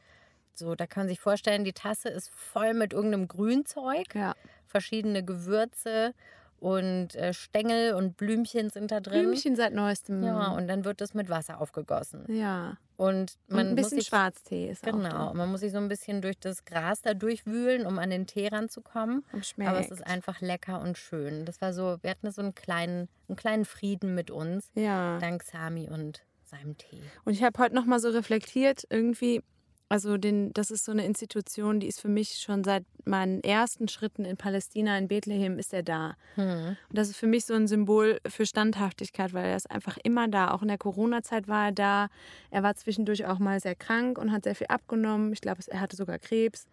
so, da kann man sich vorstellen, die Tasse ist voll mit irgendeinem Grünzeug, Ja. verschiedene Gewürze und äh, Stängel und Blümchen sind da drin. Blümchen seit neuestem. Ja, und dann wird das mit Wasser aufgegossen. ja. Und Und man ein muss bisschen sich Schwarztee ist auch. Genau, drin. man muss sich so ein bisschen durch das Gras da durchwühlen, um an den Tee ranzukommen. Und schmeckt. Aber es ist einfach lecker und schön. Das war so, wir hatten so einen kleinen, einen kleinen Frieden mit uns, Ja. dank Sami und seinem Tee. Und ich habe heute noch mal so reflektiert, irgendwie, also den, das ist so eine Institution, die ist für mich schon seit meinen ersten Schritten in Palästina, in Bethlehem, ist er da. Und das ist für mich so ein Symbol für Standhaftigkeit, weil er ist einfach immer da. Auch in der Corona-Zeit war er da. Er war zwischendurch auch mal sehr krank und hat sehr viel abgenommen. Ich glaube, es- er hatte sogar Krebs.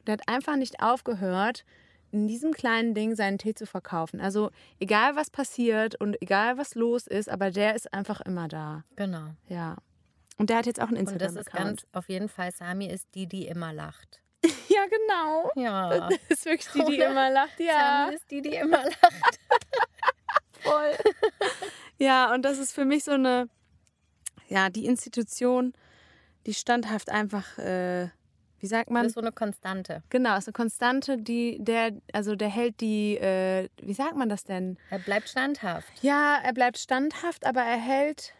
Und er hat einfach nicht aufgehört, in diesem kleinen Ding seinen Tee zu verkaufen. Also egal was passiert und egal was los ist, aber der ist einfach immer da. Genau. Ja. Und der hat jetzt auch einen Und das ist ganz, Instagram-Account. auf jeden Fall, Sami ist die, die immer lacht. Ja, genau. Oh, ne? Ja. Das ist wirklich die, die Oder? immer lacht. Ja, Sami ist die, die immer lacht. voll. Ja, und das ist für mich so eine, ja, die Institution, die standhaft einfach, äh, wie sagt Das man? ist so eine Konstante. Genau, ist eine Konstante, die, der, also der hält die, äh, wie sagt man das denn? Er bleibt standhaft. Ja, er bleibt standhaft, aber er hält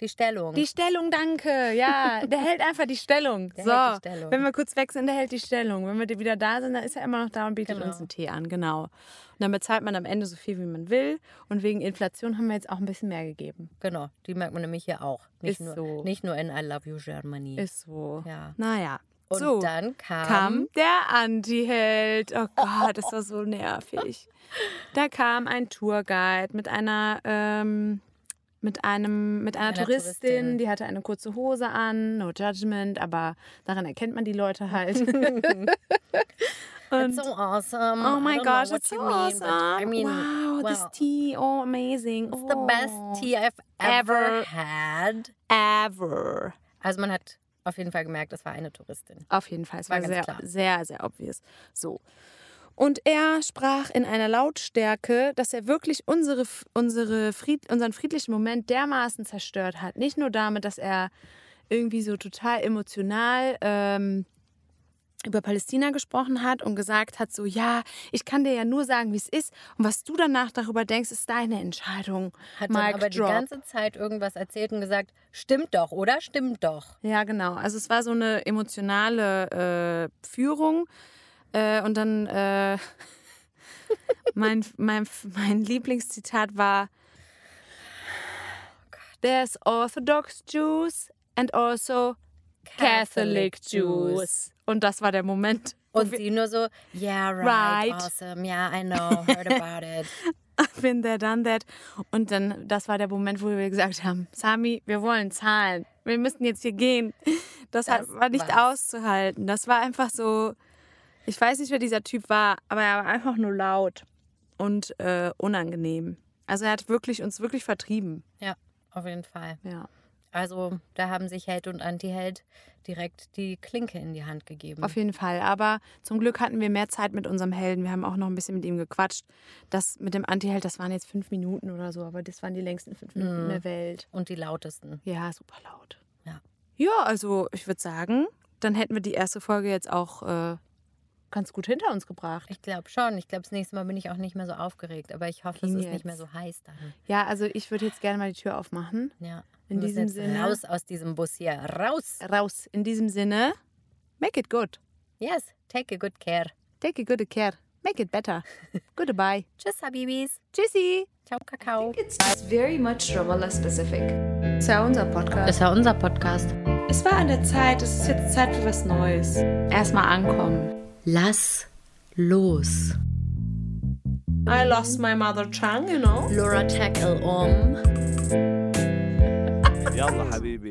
Die Stellung. Die Stellung, danke. Ja, der hält einfach die Stellung. Der so, hält die Stellung. wenn wir kurz weg sind, der hält die Stellung. Wenn wir wieder da sind, dann ist er immer noch da und bietet Genau. uns einen Tee an. Genau. Und dann bezahlt man am Ende so viel, wie man will. Und wegen Inflation haben wir jetzt auch ein bisschen mehr gegeben. genau, die merkt man nämlich hier auch. Nicht, Ist nur, so. nicht nur in I Love You Germany. Ist so. Ja. Naja. Und so, dann kam, kam der Antiheld. Oh Gott, das war so nervig. Da kam ein Tourguide mit einer. Ähm, mit einem mit einer Einer Touristin, Touristin. die hatte eine kurze Hose an, no judgment, aber daran erkennt man die Leute halt. It's so awesome. Oh I don't my know gosh, what it's you so mean, awesome. but I mean, wow, this well, tea, oh amazing. Oh. it's the best tea I've ever Ever. had. ever. Also man hat auf jeden Fall gemerkt, es war eine Touristin. Auf jeden Fall, es War war, ganz sehr, klar. sehr, sehr obvious. So. Und er sprach in einer Lautstärke, dass er wirklich unsere, unsere Fried, unseren friedlichen Moment dermaßen zerstört hat. Nicht nur damit, dass er irgendwie so total emotional ähm, über Palästina gesprochen hat und gesagt hat, so ja, ich kann dir ja nur sagen, wie es ist und was du danach darüber denkst, ist deine Entscheidung. Hat Mic dann aber drop. die ganze Zeit irgendwas erzählt und gesagt, stimmt doch, oder? Stimmt doch. Ja, genau. Also es war so eine emotionale äh, Führung. Äh, und dann äh, mein, mein, mein Lieblingszitat war There's Orthodox Jews and also Catholic Jews. Und das war der Moment. Und sie nur so, yeah, right, Right. awesome, yeah, I know, heard about it. I've been there, done that. Und dann, das war der Moment, wo wir gesagt haben, Sami, wir wollen zahlen. Wir müssen jetzt hier gehen. Das, hat- Das war nicht war's. auszuhalten. Das war einfach so, ich weiß nicht, wer dieser Typ war, aber er war einfach nur laut und äh, unangenehm. Also er hat wirklich, uns wirklich vertrieben. Ja, auf jeden Fall. Ja, Also da haben sich Held und Anti-Held direkt die Klinke in die Hand gegeben. auf jeden Fall. Aber zum Glück hatten wir mehr Zeit mit unserem Helden. Wir haben auch noch ein bisschen mit ihm gequatscht. Das mit dem Anti-Held, das waren jetzt fünf Minuten oder so, aber das waren die längsten fünf Mhm. Minuten der Welt. und die lautesten. Ja, super laut. Ja. Ja, also ich würde sagen, dann hätten wir die erste Folge jetzt auch äh, ganz gut hinter uns gebracht. Ich glaube schon. Ich glaube, das nächste Mal bin ich auch nicht mehr so aufgeregt. Aber ich hoffe, es Ging ist nicht mehr jetzt. so heiß dann. Ja, also ich würde jetzt gerne mal die Tür aufmachen. Ja. Wir In müssen diesem jetzt Sinne- Raus aus diesem Bus hier. Raus. Raus. In diesem Sinne, make it good. Yes. Take a good care. Take a good care. Make it better. Goodbye. Tschüss, Habibis. Tschüssi. Ciao, Kakao. It's just very much Ramallah specific. Das war unser Podcast. Das war unser Podcast. Es war an der Zeit. Es ist jetzt Zeit für was Neues. Erstmal ankommen. Lass los. I lost my mother tongue, you know. Laura Tackle um. يلا حبيبي